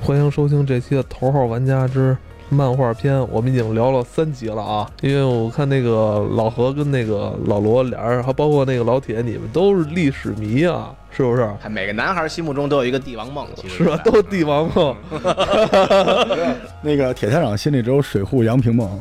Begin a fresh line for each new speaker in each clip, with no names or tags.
欢迎收听这期的《头号玩家之漫画篇》，我们已经聊了三集了啊！因为我看那个老何跟那个老罗俩人，还包括那个老铁，你们都是历史迷啊，是不是？
哎每个男孩心目中都有一个帝王梦，其实
是吧？都是帝王梦。
那个铁探长心里只有水户洋平梦，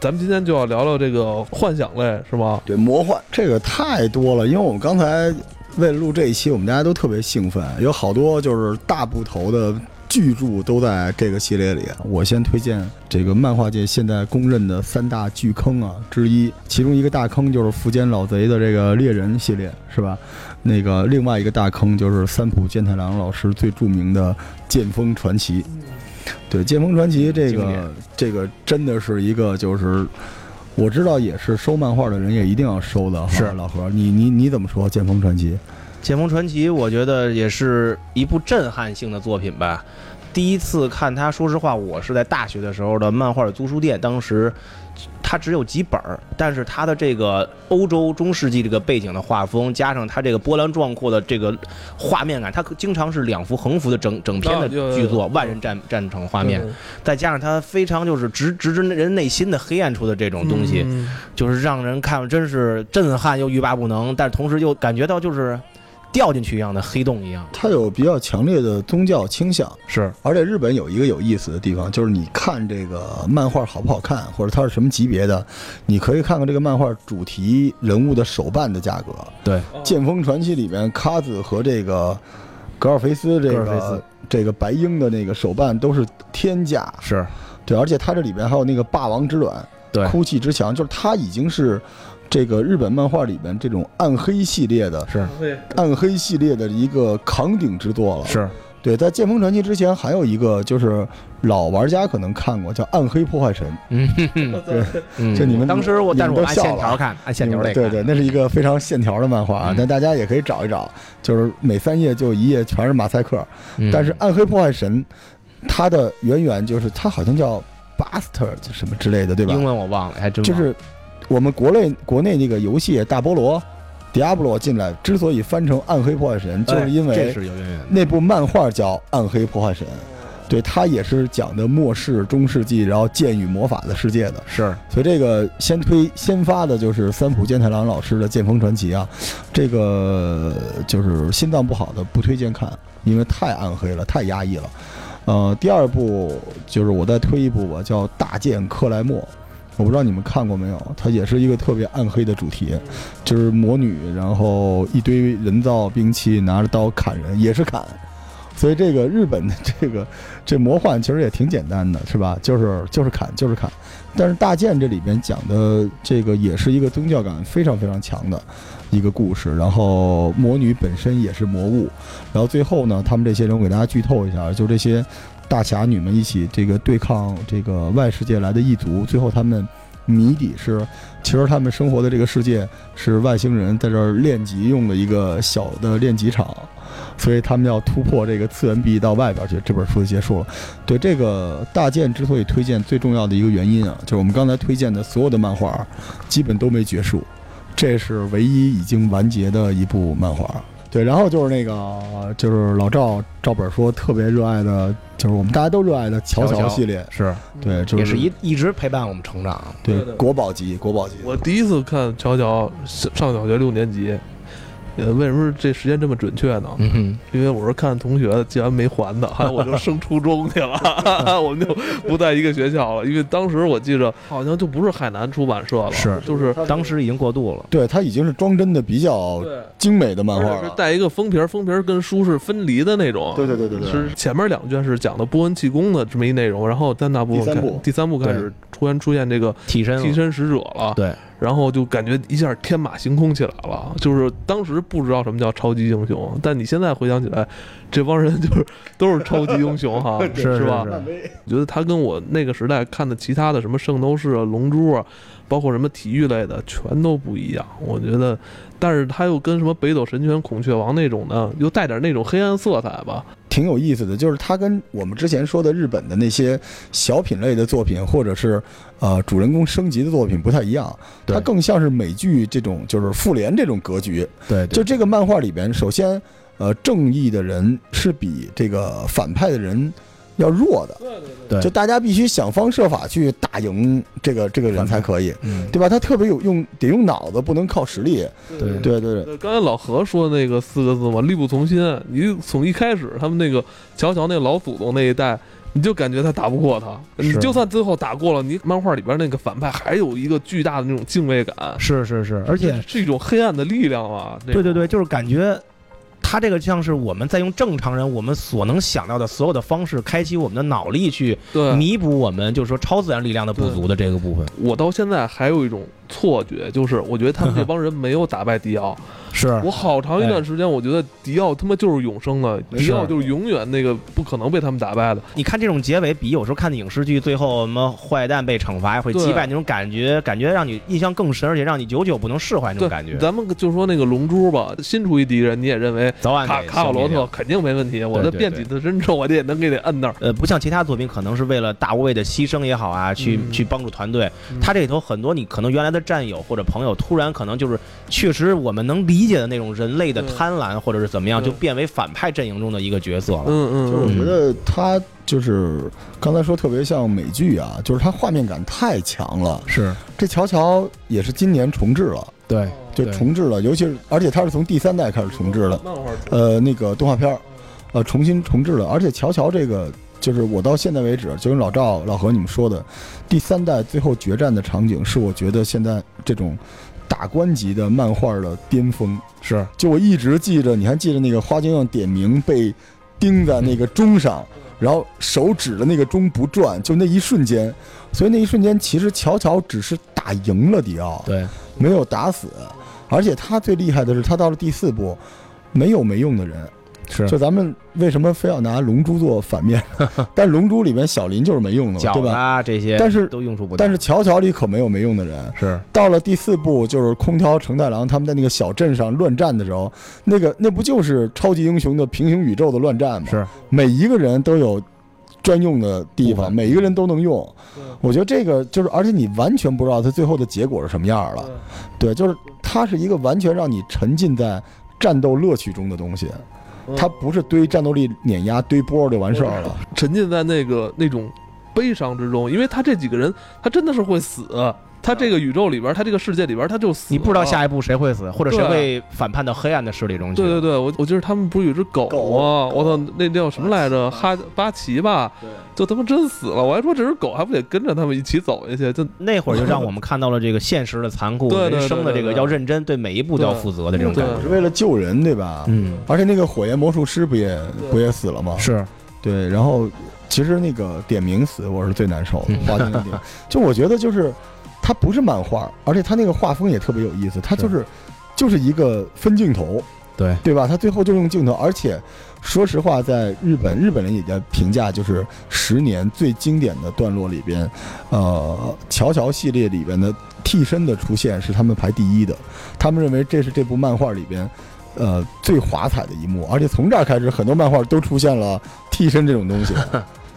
咱们今天就要聊聊这个幻想类，是吗？
对魔幻这个太多了，因为我们刚才为了录这一期，我们大家都特别兴奋，有好多就是大部头的巨著都在这个系列里。我先推荐这个漫画界现在公认的三大巨坑啊之一，其中一个大坑就是福建老贼的这个猎人系列，是吧？那个另外一个大坑就是三浦健太郎老师最著名的《剑锋传奇》。对，《剑锋传奇》这
经
个
典
这个真的是一个就是。我知道也是收漫画的人也一定要收的，
是
老何，你你你怎么说《剑锋传奇》？
《剑锋传奇》，我觉得也是一部震撼性的作品吧。第一次看它，说实话，我是在大学的时候的漫画租书店，当时它只有几本儿，但是它的这个欧洲中世纪这个背景的画风，加上它这个波澜壮阔的这个画面感，它可经常是两幅横幅的整整篇
啊
的
有有
剧作，
有
万人战战场画面，
嗯
再加上它非常就是直直指人内心的黑暗处的这种东西，
嗯
就是让人看了真是震撼又欲罢不能，但是同时又感觉到就是掉进去一样的黑洞一样。
它有比较强烈的宗教倾向，
是
而且日本有一个有意思的地方，就是你看这个漫画好不好看，或者它是什么级别的，你可以看看这个漫画主题人物的手办的价格。
对，
《剑锋传奇》里面卡子和这个格尔菲斯这
格尔菲斯
个这个白鹰的那个手办都是天价，
是，
对，而且它这里边还有那个霸王之卵，
对
哭泣之墙，就是它已经是这个日本漫画里边这种暗黑系列的
是
对
暗黑系列的一个扛鼎之作了。，
是，
对，在《剑锋传奇》之前还有一个就是老玩家可能看过叫《暗黑破坏神》，
嗯哼哼嗯
就你们
当时我，
你
但是
们都
我按
笑
线
了
条看，按线条来看。
对对，那是一个非常线条的漫画啊
嗯，
但大家也可以找一找，就是每三页就一页全是马赛克。
嗯
但是《暗黑破坏神》它的渊源就是它好像叫 Bastard 什么之类的，对吧？
英文我忘了，还真
就
忘了
是我们国内国内那个游戏大菠萝、Diablo 进来之所以翻成《暗黑破坏神》，就是因
哎这
为
是有渊源的。
那部漫画叫《暗黑破坏神》，对，它也是讲的末世、中世纪，然后剑与魔法的世界的。
是
所以这个先推先发的就是三浦健太郎老师的《剑锋传奇》啊，这个就是心脏不好的不推荐看，因为太暗黑了，太压抑了。呃，第二部就是我再推一部吧，叫《大剑克莱默》，我不知道你们看过没有，它也是一个特别暗黑的主题，就是魔女，然后一堆人造兵器，拿着刀砍人，也是砍。所以这个日本的这个这魔幻其实也挺简单的，是吧？就是就是砍，就是砍。但是大剑这里边讲的这个也是一个宗教感非常非常强的一个故事，然后魔女本身也是魔物，然后最后呢，他们这些人我给大家剧透一下，就这些大侠女们一起这个对抗这个外世界来的异族，最后他们谜底是，其实他们生活的这个世界是外星人在这儿练级用的一个小的练级场。所以他们要突破这个次元壁到外边去。这本书就结束了。对这个大剑之所以推荐，最重要的一个原因啊，就是我们刚才推荐的所有的漫画，基本都没结束，这是唯一已经完结的一部漫画。对，然后就是那个，就是老赵赵本说特别热爱的，就是我们大家都热爱的乔
乔乔
乔系列，
是，
对，就
也是一一直陪伴我们成长。
对
对对
国宝级，国宝级。
我第一次看乔乔上上小学六年级，呃，为什么这时间这么准确呢？
嗯哼，
因为我是看同学的，既然没还 的，还有我就升初中去了， 我们就不在一个学校了。因为当时我记着好像就不是海南出版社了，
是
就是
当时已经过度了。
对，它已经是装帧的比较
对，
精美的漫
而
画
且是
了。
带一个封皮儿，封皮儿跟书是分离的那种。
对对对对对，
是前面两卷是讲的波恩气功的这么一内容，然后三大部分
第三
开
部
第三部开始突然出现这个
替身了，
替身使者了，
对，
然后就感觉一下天马行空起来了。就是当时不知道什么叫超级英雄，但你现在回想起来，这帮人就是都是超级英雄 哈，
是
是吧？
是
威
我觉得他跟我那个时代看的其他的什么圣斗士啊、龙珠啊，包括什么体育类的，全都不一样。我觉得，但是他又跟什么北斗神拳、孔雀王那种的，又带点那种黑暗色彩吧。
挺有意思的，就是它跟我们之前说的日本的那些小品类的作品，或者是呃主人公升级的作品不太一样，
对
它更像是美剧这种，就是复联这种格局。
对，
就这个漫画里边，首先。呃，正义的人是比这个反派的人要弱的，
对
就大家必须想方设法去打赢这个这个人才可以，
嗯，
对吧？他特别有用，得用脑子，不能靠实力。
对
对对对，
呃，刚才老何说那个四个字嘛，力不从心。你从一开始他们那个乔乔那老祖宗那一代，你就感觉他打不过他。你
是
就算最后打过了，你漫画里边那个反派还有一个巨大的那种敬畏感，
是是是，而且
是一种黑暗的力量啊。这
对
种
对对，就是感觉他这个像是我们在用正常人我们所能想到的所有的方式，开启我们的脑力去
对，
弥补我们就是说超自然力量的不足的这个部分。
我到现在还有一种错觉，就是我觉得他们这帮人没有打败迪 奥。
是
我好长一
哎
段时间，我觉得迪奥他妈就是永生的，
没
迪
事
奥就是永远那个不可能被他们打败的。
你看这种结尾，比有时候看的影视剧最后什么坏蛋被惩罚会击败那种感觉，感觉让你印象更深，而且让你久久不能释怀那
对
种感觉，。
咱们就说那个龙珠吧，新出一敌人，你也认为
早晚
卡
得
卡瓦
消灭
罗
掉
特肯定没问题，我
啊
再
对对
变
对
几次身之后，我也能给你摁那儿。
呃，不像其他作品可能是为了大无畏的牺牲也好啊，去、
嗯
去帮助团队
嗯。
他这里头很多你可能原来的战友或者朋友，突然可能就是确实我们能理解的那种人类的
对
贪婪或者是怎么样，
对
就变为反派阵营中的一个角色了。
嗯
就是我
嗯，
觉得他就是刚才说特别像美剧啊，就是他画面感太强了。
是
这乔乔也是今年重置了，
对
就
对
重置了，尤其是而且他是从第三代开始重置了。
漫画重
呃，那个动画片儿，呃，重新重置了。而且乔乔这个，就是我到现在为止，就跟老赵、老何你们说的，第三代最后决战的场景，是我觉得现在这种打官级的漫画的巅峰。
是
就我一直记着，你还记着那个花京让点名被钉在那个钟上，
嗯
然后手指的那个钟不转，就那一瞬间。所以那一瞬间，其实乔乔只是打赢了迪奥，
对
没有打死。而且他最厉害的是，他到了第四部，没有没用的人。
是
就咱们为什么非要拿《龙珠》做 反面？但《龙珠》里面小林就是没用的嘛，
饺
对
子
吧？
啊这些，
但是
都用处不大。
但是乔乔里可没有没用的人。
是
到了第四部，就是空调承太郎他们在那个小镇上乱战的时候，那个那不就是超级英雄的平行宇宙的乱战吗？
是
每一个人都有专用的地
部
方，
分
每一个人都能用。
置。
我觉得这个就是，而且你完全不知道他最后的结果是什么样了。对，就是它是一个完全让你沉浸在战斗乐趣中的东西。
对
它不是堆战斗力碾压、堆波就完事儿了。
沉浸在那个那种悲伤之中，因为他这几个人，他真的是会死。他这个宇宙里边，他这个世界里边，他就死了。
你不知道下一步谁会死，或者谁
对啊
会反叛到黑暗的势力中去。
对对对，我我记得他们不是有一只狗
狗
吗？
狗
我操，那叫什么来着？哈巴奇吧，就他妈真死了！我还说这只狗还不得跟着他们一起走下去？就
那会儿就让我们看到了这个现实的残酷，
对对对
人生的这
对
个
对
要认真，对每一步都要负责的这种
对
感
对
觉。
是为了救人，对吧？
嗯，
而且那个火焰魔术师不也不也死了吗？
是
对，然后其实那个点名死我是最难受
嗯
的，花京的 点，就我觉得就是它不是漫画，而且它那个画风也特别有意思，它就是就是一个分镜头，
对
对吧？它最后就用镜头，而且说实话，在日本日本人也在评价，就是十年最经典的段落里边，呃，乔乔系列里边的替身的出现是他们排第一的，他们认为这是这部漫画里边。呃，最华彩的一幕，而且从这儿开始，很多漫画都出现了替身这种东西。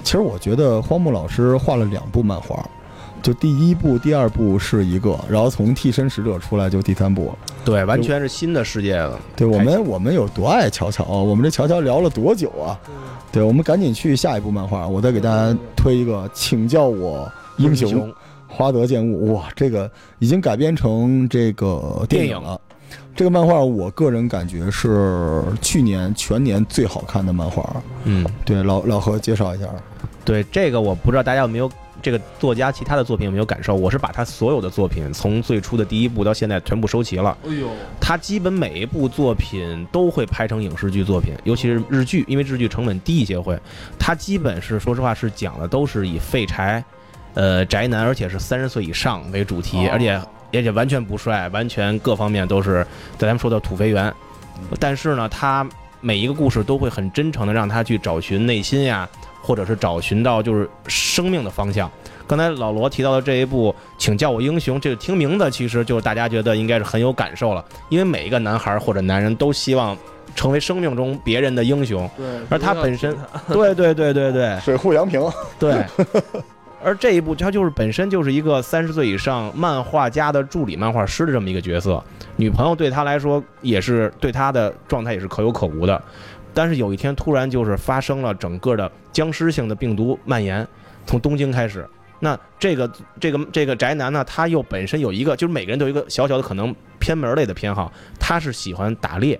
其实我觉得荒木老师画了两部漫画，就第一部、第二部是一个，然后从替身使者出来就第三部了。
对，完全是新的世界了。
对我
开
们，我们有多爱乔乔啊？我们这乔乔聊了多久啊？对，我们赶紧去下一部漫画，我再给大家推一个，请叫我英雄。花德见物，哇，这个已经改编成这个电影了。这个漫画，我个人感觉是去年全年最好看的漫画。
嗯，
对，老老何介绍一下。
对，这个我不知道大家有没有这个作家其他的作品有没有感受？我是把他所有的作品从最初的第一部到现在全部收齐了。
哎呦，
他基本每一部作品都会拍成影视剧作品，尤其是日剧，因为日剧成本低一些会。他基本是说实话是讲的都是以废柴，呃宅男，而且是三十岁以上为主题，
哦
而且而且完全不帅，完全各方面都是在咱们说的土肥圆。但是呢，他每一个故事都会很真诚的让他去找寻内心呀，或者是找寻到就是生命的方向。刚才老罗提到的这一部，请叫我英雄，这个听名字其实就是大家觉得应该是很有感受了，因为每一个男孩或者男人都希望成为生命中别人的 英雄。
对，
而他本身，对对对对对
水户洋平，
对，而这一部它就是本身就是一个三十岁以上漫画家的助理漫画师的这么一个角色，女朋友对他来说也是对他的状态也是可有可无的，但是有一天突然就是发生了整个的僵尸性的病毒蔓延，从东京开始。那这个这个这个宅男呢，他又本身有一个，就是每个人都有一个小小的可能偏门类的偏好，他是喜欢打猎、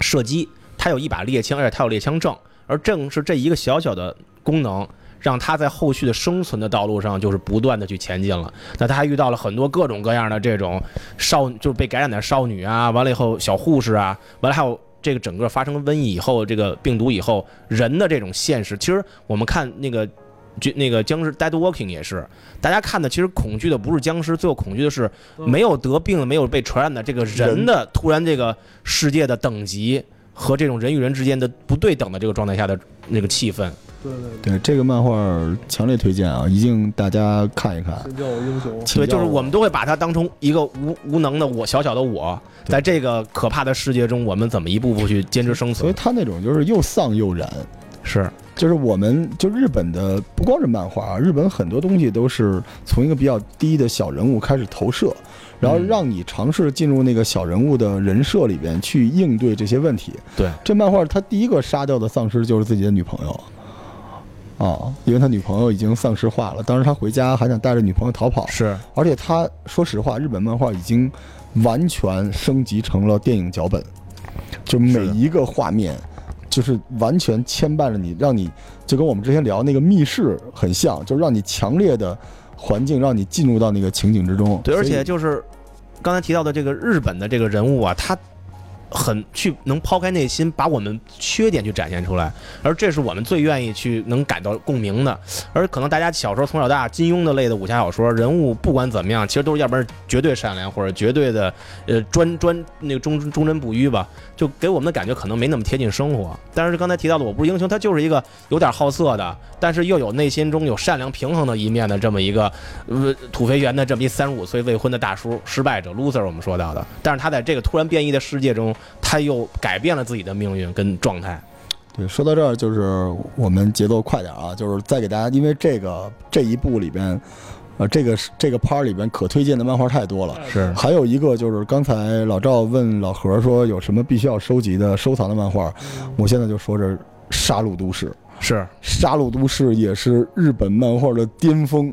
射击，他有一把猎枪，而且他有猎枪证，而正是这一个小小的功能，让他在后续的生存的道路上就是不断的去前进了。那他还遇到了很多各种各样的这种少，就是被感染的少女啊，完了以后小护士啊，完了还有。这个整个发生瘟疫以后，这个病毒以后，人的这种现实，其实我们看那个就那个僵尸《Dead Walking》也是，大家看的其实恐惧的不是僵尸，最后恐惧的是没有得病、没有被传染的这个人的突然这个世界的等级和这种人与人之间的不对等的这个状态下的那个气氛。
对对
对这个漫画强烈推荐啊，一定大家看一看。
对，叫我英雄。
请
对，就
教
是我们都会把它当成一个无无能的我，小小的我，在这个可怕的世界中，我们怎么一步步去坚持生
所以
存？
他那种就是又丧又燃，
是
就是我们就日本的不光是漫画啊，日本很多东西都是从一个比较低的小人物开始投射，然后
嗯
让你尝试进入那个小人物的人设里边去应对这些问题。
对，
这漫画他第一个杀掉的丧尸就是自己的女朋友。啊，因为他女朋友已经丧尸化了，当时他回家还想带着女朋友逃跑，
是，
而且他说实话，日本漫画已经完全升级成了电影脚本，就每一个画面，就是完全牵绊着你，让你就跟我们之前聊那个密室很像，就是让你强烈的环境让你进入到那个情景之中。
对，而
所以
且就是刚才提到的这个日本的这个人物啊，他很去能抛开内心，把我们缺点去展现出来，而这是我们最愿意去能感到共鸣的。而可能大家小时候从小到大，金庸的类的武侠小说人物，不管怎么样，其实都是要不然绝对善良，或者绝对的呃专专那个忠忠贞不渝吧，就给我们的感觉可能没那么贴近生活。但是刚才提到的《我不是英雄》，他就是一个有点好色的，但是又有内心中有善良平衡的一面的这么一个呃，土肥圆的这么一三十五岁未婚的大叔，失败者 loser，我们说到的。但是他在这个突然变异的世界中，他又改变了自己的命运跟状态。
对，说到这儿就是我们节奏快点啊，就是再给大家，因为这个这一部里边，呃，这个这个 part 里边可推荐的漫画太多了。
是
还有一个就是刚才老赵问老何说有什么必须要收集的、收藏的漫画，我现在就说这《杀戮都市》。
是，
《杀戮都市》也是日本漫画的巅峰，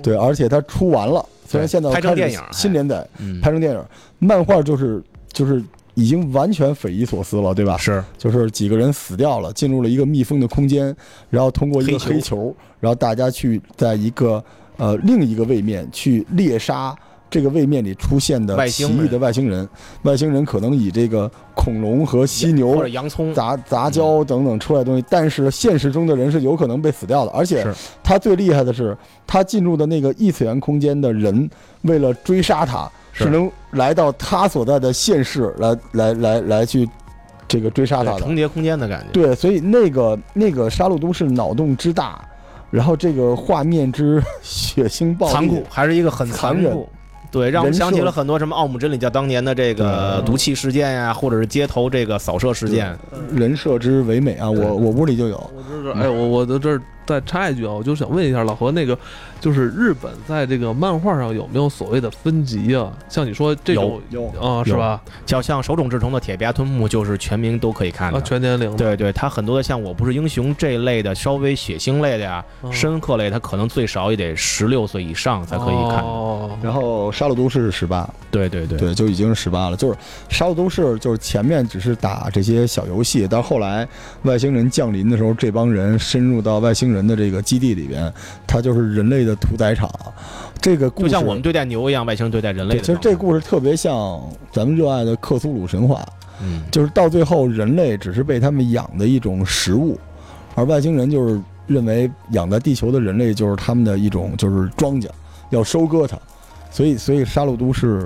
对，而且它出完了，虽然
对
现在
拍成
开始
电影
新连载
嗯，
拍成电影，漫画就是就是已经完全匪夷所思了，对吧？
是
就是几个人死掉了，进入了一个密封的空间，然后通过一
黑
个
球
黑球，然后大家去在一个呃另一个位面去猎杀这个位面里出现的
外
奇
星人
异的外星人。外星人可能以这个恐龙和犀
或
牛
者、嗯洋葱，
杂杂交等等出来的东西，但是现实中的人是有可能被死掉的。而且
是
他最厉害的是，他进入的那个异次元空间的人，为了追杀他，
是
是能来到他所在的现世来来来来去这个追杀他
对
的。
重叠空间的感觉。
对，所以那个那个杀戮都市脑洞之大，然后这个画面之 血腥暴力，
残酷，还是一个很
残
残酷
忍。
对，让我们
人
想起
设
了很多什么奥姆真理教当年的这个
对
毒气事件呀、或者是街头这个扫射事件。
人设之唯美啊！
对
我我屋里就有。
嗯我这是哎，我我在这儿再插一句啊，我就想问一下老何，那个就是日本在这个漫画上有没有所谓的分级啊？像你说这种
有有
啊，是吧？
就像手冢治虫的《铁臂阿童木》就是全民都可以看的。
啊，全年龄的，
对对，他很多的像《我不是英雄》这一类的，稍微血腥类的呀，
嗯
深刻类，他可能最少也得十六岁以上才可以看。
哦
然后杀戮都市是十八，
对对对，
对，就已经是十八了。就是《杀戮都市》，就是前面只是打这些小游戏，到后来外星人降临的时候，这帮人深入到外星人的这个基地里边，它就是人类的屠宰场。这个故
就
事
像我们对待牛一样，外星人对待人类
对，
的
其
状态。
实这故事特别像咱们热爱的克苏鲁神话，
嗯，
就是到最后人类只是被他们养的一种食物，而外星人就是认为养在地球的人类就是他们的一种就是庄稼，要收割它。所以，所以《杀戮都市》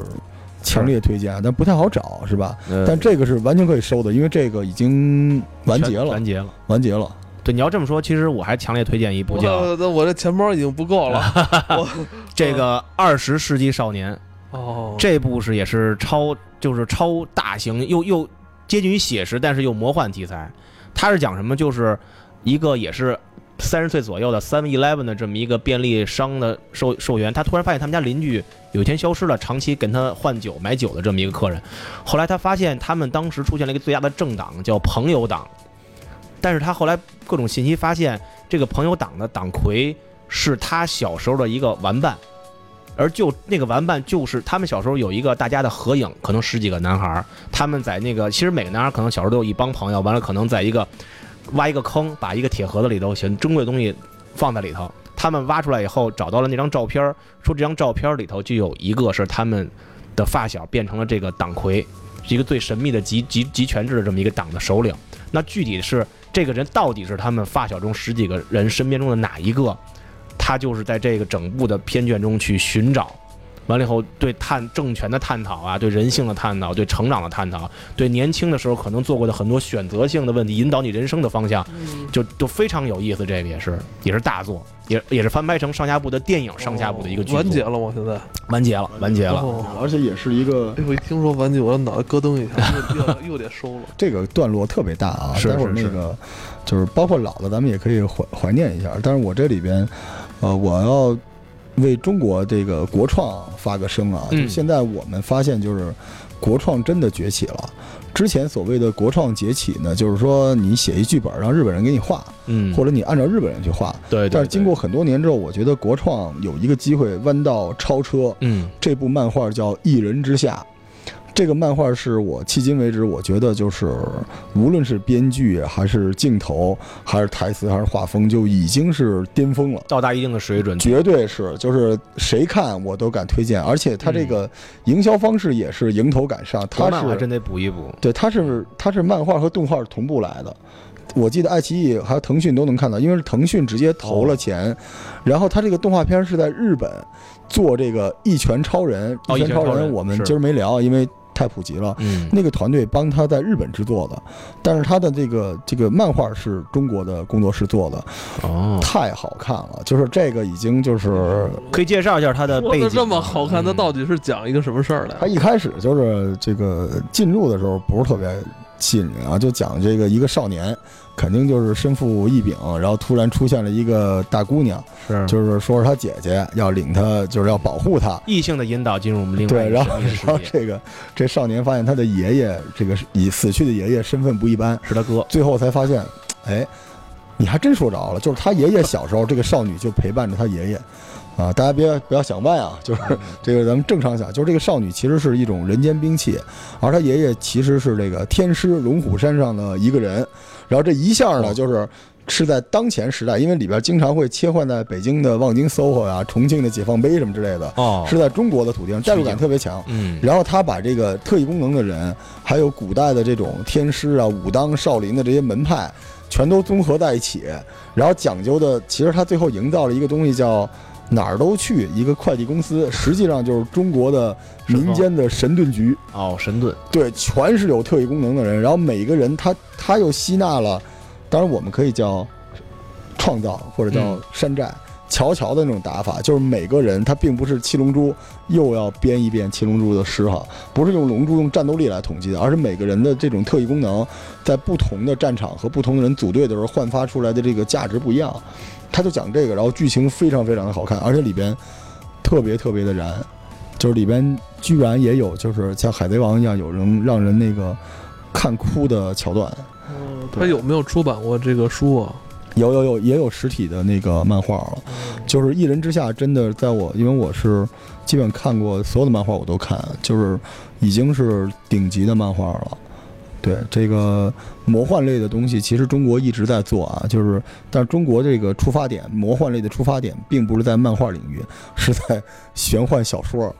强烈推荐啊，但不太好找，是吧？
呃
但这个是完全可以收的，因为这个已经完结
全
了
完，结了。
完结了。
对，你要这么说，其实我还强烈推荐一部
我
叫
那我这钱包已经不 够了。
这个《二十世纪少年》，
哦，
这部是也是超就是超大型，又又接近于写实，但是又魔幻题材。它是讲什么？就是一个也是三十岁左右的 Seven Eleven 的这么一个便利商的售售员，他突然发现他们家邻居有一天消失了，长期跟他换酒买酒的这么一个客人。后来他发现他们当时出现了一个最大的政党叫朋友党，但是他后来各种信息发现，这个朋友党的党魁是他小时候的一个玩伴。而就那个玩伴，就是他们小时候有一个大家的合影，可能十几个男孩儿，他们在那个，其实每个男孩儿可能小时候都有一帮朋友，完了可能在一个挖一个坑，把一个铁盒子里头些珍贵的东西放在里头。他们挖出来以后，找到了那张照片儿，说这张照片儿里头就有一个是他们的发小变成了这个党魁，是一个最神秘的集集集权制的这么一个党的首领。那具体是这个人到底是他们发小中十几个人身边中的哪一个？他就是在这个整部的片卷中去寻找。完了以后，对探政权的探讨啊，对人性的探讨，对成长的探讨，对年轻的时候可能做过的很多选择性的问题，引导你人生的方向，就就非常有意思。这个也是也是大作，也也是翻拍成上下部的电影上下部的一个剧作。
完结了吗？现在？
完结了，完结了。
哦，
而且也是一个
哎呦，一听说完结，我脑袋咯噔 一下，又又又得收 了。
这个段落特别大啊，
是
待会儿
是
那
是
个就是包括老的，咱们也可以怀怀念一下。但是我这里边，呃，我要为中国这个国创发个声啊！
嗯
就现在我们发现，就是国创真的崛起了。之前所谓的国创崛起呢，就是说你写一剧本，让日本人给你画，
嗯，
或者你按照日本人去画。
对对。
但是
对
经过很多年之后，我觉得国创有一个机会弯道超车，
嗯
这部漫画叫《一人之下》，这个漫画是我迄今为止我觉得就是无论是编剧还是镜头还是台词还是画风，就已经是巅峰了。
到达一定的水准，
绝对是，就是谁看我都敢推荐，而且它
嗯
这个营销方式也是迎头赶上，它
国漫我还
是
真得补一补。
对，它是它是漫画和动画同步来的。我记得爱奇艺还有腾讯都能看到，因为是腾讯直接投
哦
了钱，然后它这个动画片是在日本做这个《一拳超人》，
哦
拳
一拳超
人
人
我们
是
今儿没聊，因为太普及了。
嗯，
那个团队帮他在日本制作的，但是他的这个这个漫画是中国的工作室做的，
哦，
太好看了，就是这个已经就是
可以介绍一下它的
说
背景
的
吗。
这么好看，它到底是讲一个什么事儿来
他
着？
一开始就是这个进入的时候不是特别吸引人啊，就讲这个一个少年，肯定就是身负异禀，然后突然出现了一个大姑娘，
嗯是
就是说是他姐姐要领他，就是要保护他。
异性的引导进入我们另外
对，
一个
然后
神秘的世
然后
界，
这个这少年发现他的爷爷，这个是以死去的爷爷身份不一般，
是他哥。
最后才发现，哎，你还真说着了，就是他爷爷小时候，这个少女就陪伴着他爷爷，啊，大家别不要想歪啊，就是这个咱们正常想，就是这个少女其实是一种人间兵器，而他爷爷其实是这个天师龙虎山上的一个人，然后这一下呢，就是。是在当前时代，因为里边经常会切换在北京的望京 SOHO 呀、重庆的解放碑什么之类的，
哦，
是在中国的土地上，代入感特别强。
嗯，
然后他把这个特异功能的人，还有古代的这种天师啊、武当、少林的这些门派，全都综合在一起，然后讲究的，其实他最后营造了一个东西叫哪儿都去一个快递公司，实际上就是中国的民间的神盾局，
哦，神盾，
对，全是有特异功能的人，然后每个人他他又吸纳了，当然我们可以叫创造或者叫
嗯
山寨。乔乔的那种打法，就是每个人他并不是七龙珠，又要编一遍七龙珠的诗哈，不是用龙珠用战斗力来统计的，而是每个人的这种特异功能，在不同的战场和不同的人组队的时候焕发出来的这个价值不一样。他就讲这个，然后剧情非常非常的好看，而且里边特别特别的燃，就是里边居然也有就是像海贼王一样有人让人那个看哭的桥段，
它嗯有没有出版过这个书啊？
有有有也有实体的那个漫画了。就是《一人之下》，真的在我，因为我是基本看过所有的漫画，我都看，就是已经是顶级的漫画了。对这个魔幻类的东西，其实中国一直在做啊，就是但是中国这个出发点，魔幻类的出发点并不是在漫画领域，是在玄幻小说，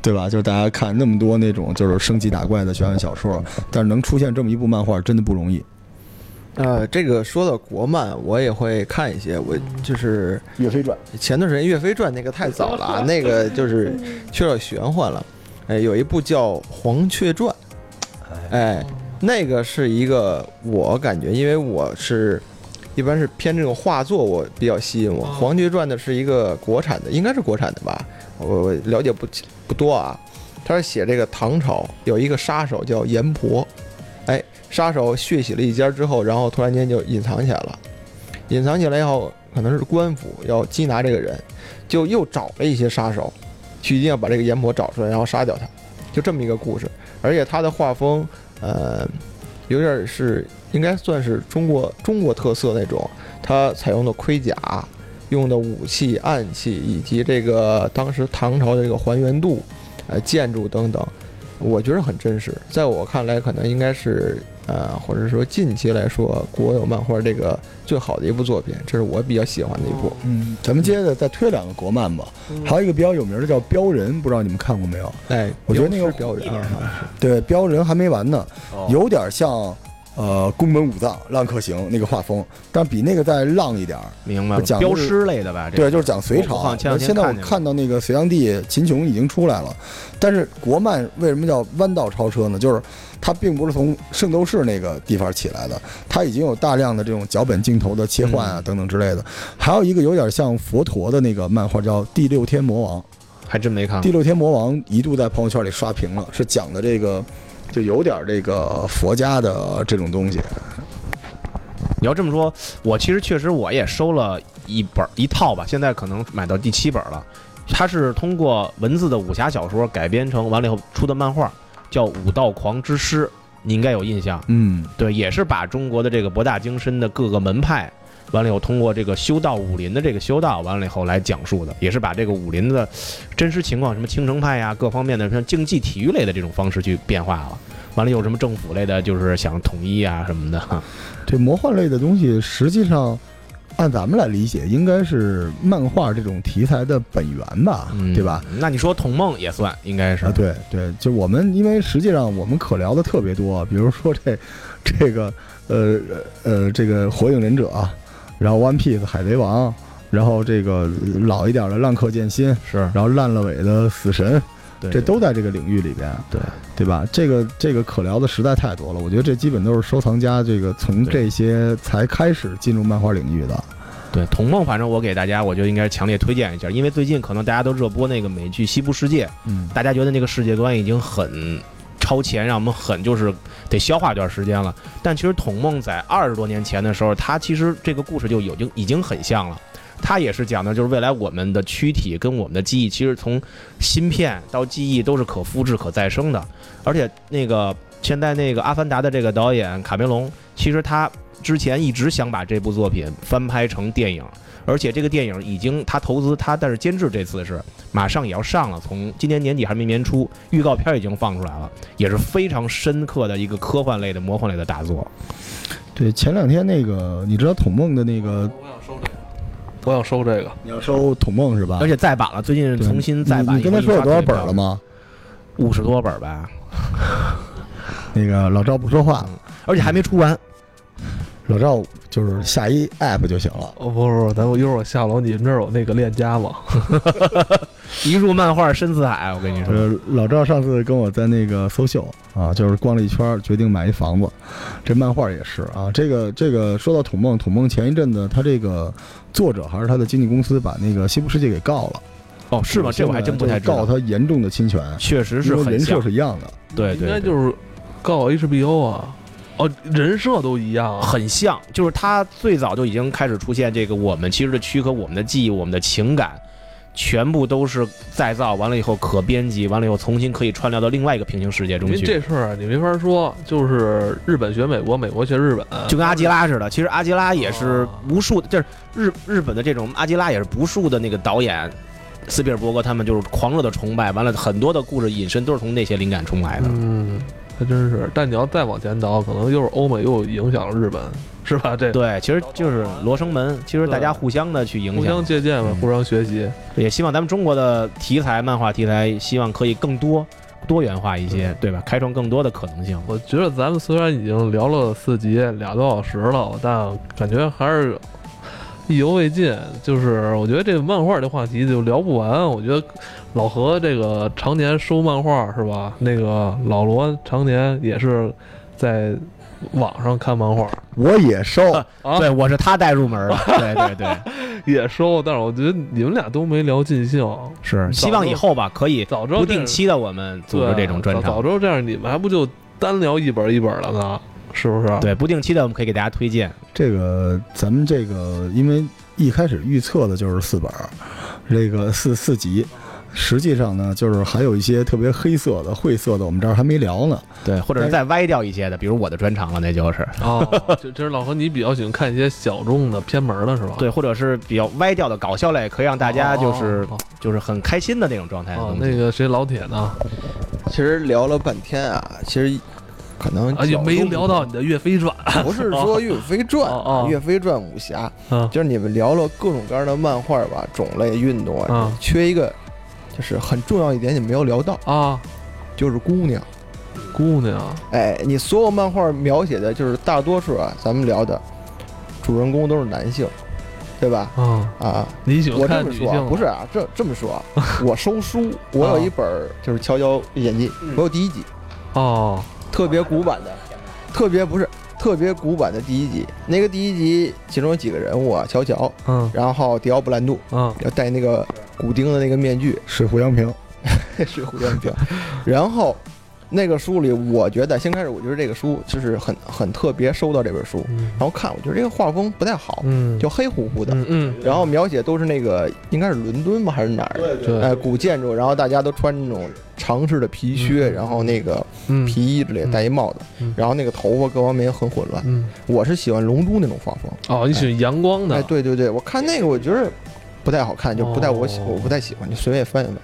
对吧？就是大家看那么多那种就是升级打怪的玄幻小说，但是能出现这么一部漫画，真的不容易。
呃，这个说到国漫，我也会看一些。我就是
岳飞传，
前段时间《岳飞传》那个太早了啊，那个就是缺少玄幻了。哎，有一部叫《黄雀传》，哎，那个是一个我感觉，因为我是一般是偏这种画作，我比较吸引我。《黄雀传》呢是一个国产的，应该是国产的吧，我我了解不清不多啊。他是写这个唐朝有一个杀手叫阎婆，哎，杀手血洗了一家之后，然后突然间就隐藏起来了。隐藏起来以后，可能是官府要缉拿这个人，就又找了一些杀手，去一定要把这个阎婆找出来，然后杀掉他，就这么一个故事。而且他的画风，呃，有点儿是应该算是中国中国特色那种，他采用的盔甲。用的武器、暗器以及这个当时唐朝的这个还原度，呃，建筑等等，我觉得很真实。在我看来，可能应该是呃，或者说近期来说，国有漫画这个最好的一部作品，这是我比较喜欢的一部。
嗯，咱们接着再推两个国漫吧，
嗯
还有一个比较有名的叫《镖人》，不知道你们看过没有？
哎，
我觉得那个
标准啊，
对，《镖人》还没完呢，
哦
有点像呃宫本武藏《浪客行》那个画风，但比那个再浪一点儿。
明白了，
讲的
镖
是
师类的吧？这
对，就是讲隋
我
朝啊
好像。前两天
现在我
看见了
看到那个隋炀帝秦琼已经出来了，但是国漫为什么叫弯道超车呢？就是它并不是从圣斗士那个地方起来的，它已经有大量的这种脚本镜头的切换
嗯
啊等等之类的。还有一个有点像佛陀的那个漫画叫《第六天魔王》，
还真没看
《
过
第。六天魔王》一度在朋友圈里刷屏了，是讲的这个。就有点这个佛家的这种东西，
你要这么说，我其实确实我也收了一本儿一套吧，现在可能买到第七本了。它是通过文字的武侠小说改编成完了以后出的漫画，叫《武道狂之师》，你应该有印象。
嗯，
对，也是把中国的这个博大精深的各个门派，完了以后通过这个修道武林的这个修道，完了以后来讲述的，也是把这个武林的真实情况，什么青城派呀、各方面的像竞技体育类的这种方式去变化了。完了有什么政府类的，就是想统一啊什么的。
这魔幻类的东西，实际上按咱们来理解，应该是漫画这种题材的本源吧，
嗯，
对吧？？
那你说童梦也算，应该是
啊，，对对，就我们因为实际上我们可聊的特别多，比如说这 这个呃呃这个火影忍者啊，然后 One Piece 海贼王，然后这个老一点的浪客剑心，
是，
然后烂了尾的死神，
对
这都在这个领域里边，
对
对吧？这个这个可聊的实在太多了，我觉得这基本都是收藏家这个从
对
这些才开始进入漫画领域的。
对童梦，反正我给大家，我就应该强烈推荐一下，因为最近可能大家都热播那个美剧《西部世界》，
嗯，
大家觉得那个世界观已经很超前，让我们很就是得消化一段时间了。但其实童梦在二十多年前的时候，它其实这个故事就已经已经很像了。它也是讲的，就是未来我们的躯体跟我们的记忆，其实从芯片到记忆都是可复制、可再生的。而且那个现在那个《阿凡达》的这个导演卡梅隆，其实他之前一直想把这部作品翻拍成电影，而且这个电影已经他投资他，但是监制这次是马上也要上了，从今年年底还是明年初，预告片已经放出来了，也是非常深刻的一个科幻类的、魔幻类的大作。
对，前两天那个你知道筒梦的那个，
我想收这个，我想收这个。
你要收筒梦是吧？
而且再版了，最近
对
重新再
你
版。
你跟他说有多少本了？吗？
五十多本吧，
那个老赵不说话，
而且还没出完。
老赵就是下一 app 就行了。
哦，不是不是，等我一会儿我下楼，你们这儿有那个链家吗？
一入漫画深似海，我跟你说，
呃，老赵上次跟我在那个搜秀啊，就是逛了一圈儿，决定买一房子。这漫画也是啊，这个这个说到土梦，土梦前一阵子他这个作者还是他的经纪公司把那个西部世界给告了， 啊
哦，是吗？这我还真不太知
告
道。
他严重的侵权，
确实是
因为
很
人设
像，
是一样的。
对对
应该
对
就是告 HBO 啊，哦，人设都一样啊。
很像，就是他最早就已经开始出现这个我们其实的躯壳、我们的记忆、我们的情感，全部都是再造完了以后可编辑，完了以后重新可以串联到另外一个平行世界
因
中
为
去。
这事儿啊你没法说，就是日本学美国，美国学日本，
就跟阿基拉似的，其实阿基拉也是
哦
无数，就是日日本的这种阿基拉也是无数的那个导演，斯皮尔伯格他们就是狂热的崇拜，完了很多的故事引申都是从那些灵感冲来的。
嗯，还真是。但你要再往前倒，可能又是欧美又影响了日本，是吧？这
对，其实就是罗生门，其实大家
对
互相的去影
互
响
相，借鉴嘛
嗯，
互相学习。
也希望咱们中国的题材漫画题材，希望可以更多多元化一
嗯
些，对吧？开创更多的可能性。
我觉得咱们虽然已经聊了四集俩多小时了，但感觉还是意犹未尽。就是我觉得这个漫画这话题就聊不完。我觉得老何这个常年收漫画是吧？那个老罗常年也是在网上看漫画
我也收，
啊，
对，我是他带 入门的，对对对，
也收，但是我觉得你们俩都没聊尽兴。
是希望以后吧，可以
早知道
不
这
定期的我们组织
对
这种专
早
场
早，知道这样，你们还不就单聊一本一本了呢？是不是？
对，不定期的我们可以给大家推荐，
这个咱们这个，因为一开始预测的就是四本儿，这个四四集，实际上呢，就是还有一些特别黑色的、晦涩的，我们这儿还没聊呢。
对，或者是再歪掉一些的，比如我的专长了，那就是
哦，这这是老何，你比较喜欢看一些小众的偏门的是吧？
对，或者是比较歪掉的搞笑类，可以让
哦，
大家就是
哦
就是很开心的那种状态
哦
的
哦
东西。
那个谁老铁呢？
其实聊了半天啊，其实可能
啊，也没
角度
聊到你的《岳飞传》
不是说《岳飞传》
啊 哦哦
《岳飞传》武侠，
啊，
就是你们聊了各种各样的漫画吧，种类、运动啊
嗯，
缺一个就是很重要一点你没有聊到，
啊，
就是姑娘。
姑娘，
哎，你所有漫画描写的就是大多数啊，咱们聊的主人公都是男性，对吧？
啊，
啊，
你喜欢
我这
看
么
女
说啊
性？啊
不是，啊，这这么说啊，我 收书，我有一本儿就是《乔乔演技》，
嗯
我有第一集，
哦，
特别古板的，特别不是特别古板的第一集。那个第一集，其中有几个人物啊，乔乔，
嗯
然后迪奥布兰度，
嗯，
要戴那个骨钉的那个 面具，
水浒杨平，
水浒传平。 然后那个书里，我觉得先开始我觉得这个书就是很很特别，收到这本书，然后看我觉得这个画风不太好，
嗯，
就黑乎乎的。
嗯嗯，
然后描写都是那个应该是伦敦吧还是哪儿的，
对，
哎，古建筑，然后大家都穿那种长式的皮靴，
嗯
然后那个
嗯
皮衣之类的，
嗯
戴一帽子
嗯，
然后那个头发各方面也很混乱。
嗯，
我是喜欢龙珠那种画风，
哦，你喜欢阳光的
哎，，对对对，我看那个我觉得不太好看，就不太我喜
哦
我不太喜欢，就随便翻一翻。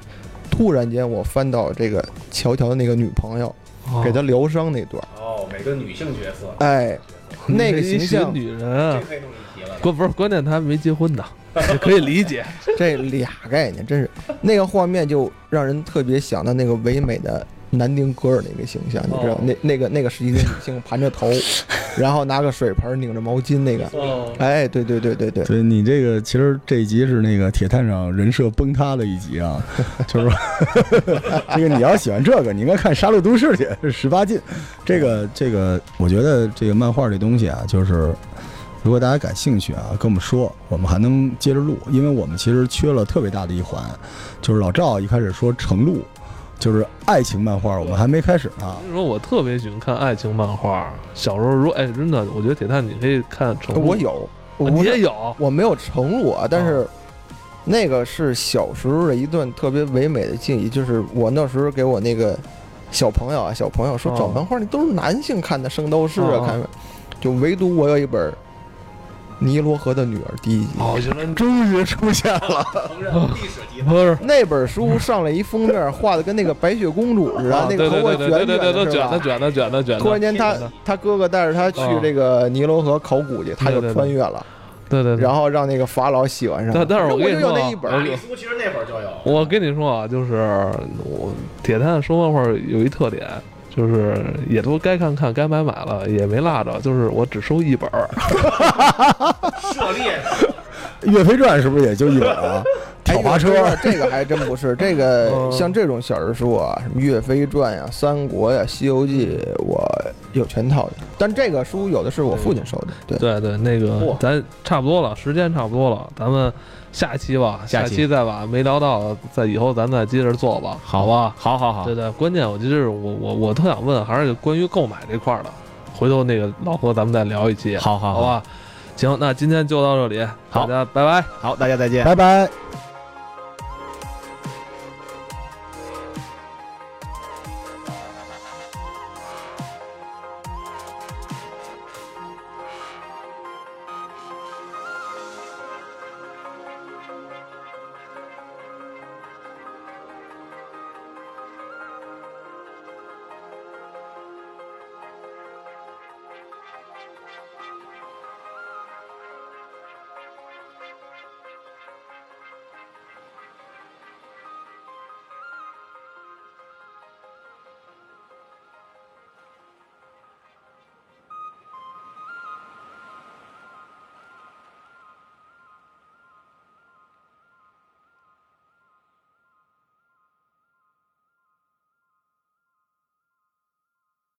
突然间我翻到这个乔乔的那个女朋友
哦
给他疗伤那段，
哦，每个女性角色，
哎，那个形
你喜欢
象
女人，啊
可以弄一集了。
关不是关键，他还没结婚呢，也可以理 解，
这俩概念真是那个画面就让人特别想到那个唯美的南丁格尔那个形象，你知道
哦
那那个那个是一个女性盘 着头，然后拿个水盆拧着毛巾那个，
哦，
哎，对对对对对，
对你这个其实这一集是那个铁探长人设崩塌的一集 啊，就是说这个你要喜欢这个，你应该看《杀戮都市》去，十八禁。这个这个，我觉得这个漫画这东西啊，就是如果大家感兴趣啊，跟我们说，我们还能接着录，因为我们其实缺了特别大的一环，就是老赵一开始说程璐，就是爱情漫画，我们还没开始呢。
跟你说，我特别喜欢看爱情漫画。小时候，如果哎，真的，我觉得铁探你可以看成。
我，有，我
啊你
不是
也有。哦
我没有承诺啊，但是那个是小时候的一段特别唯美的记忆，就是我那时候给我那个小朋友啊，小朋友说
哦
找漫画，那都是男性看的《圣斗士》
哦
啊，看，就唯独我有一本《尼罗河的女儿》第一集，
哦，原来终于出现了。不是，
那本书上来一封面，画的跟那个白雪公主似的
啊，
那
对
个
对
头发
对
卷
对对对
的
对，
是
卷的
吧？
卷的卷的卷的。
突然间，他他哥哥带着他去
哦
这个尼罗河考古去，他就
对对对
穿越了，
对对对。
然后让那个法老喜欢上了。
但但是我
我
跟你
就
说啊
有那一本儿，
我
苏其实那会儿就有
我跟你说啊，就是我铁探说漫画有一特点，就是也都该看看，该买买了，也没落着，就是我只收一本儿。
涉猎，
《岳飞传》是不是也就一 本啊？
哎
挑滑车，
这个还真不是。这个
嗯
像这种小人书啊，什么《岳飞传》呀、《三国》呀、《西游记》，我有全套的。但这个书有的是我父亲收的，对。
对对，那个
嚯
咱差不多了，时间差不多了，咱们下期吧，
下
下
期
期再把没聊到的，在以后咱们再接着做吧，好吧？
好好好
对，对，关键我就是我我我特想问，还是关于购买这块儿的，回头那个老何咱们再聊一期，
好好
好吧？行，那今天就到这里，
好
大家拜拜。
好，大家再见。
拜拜。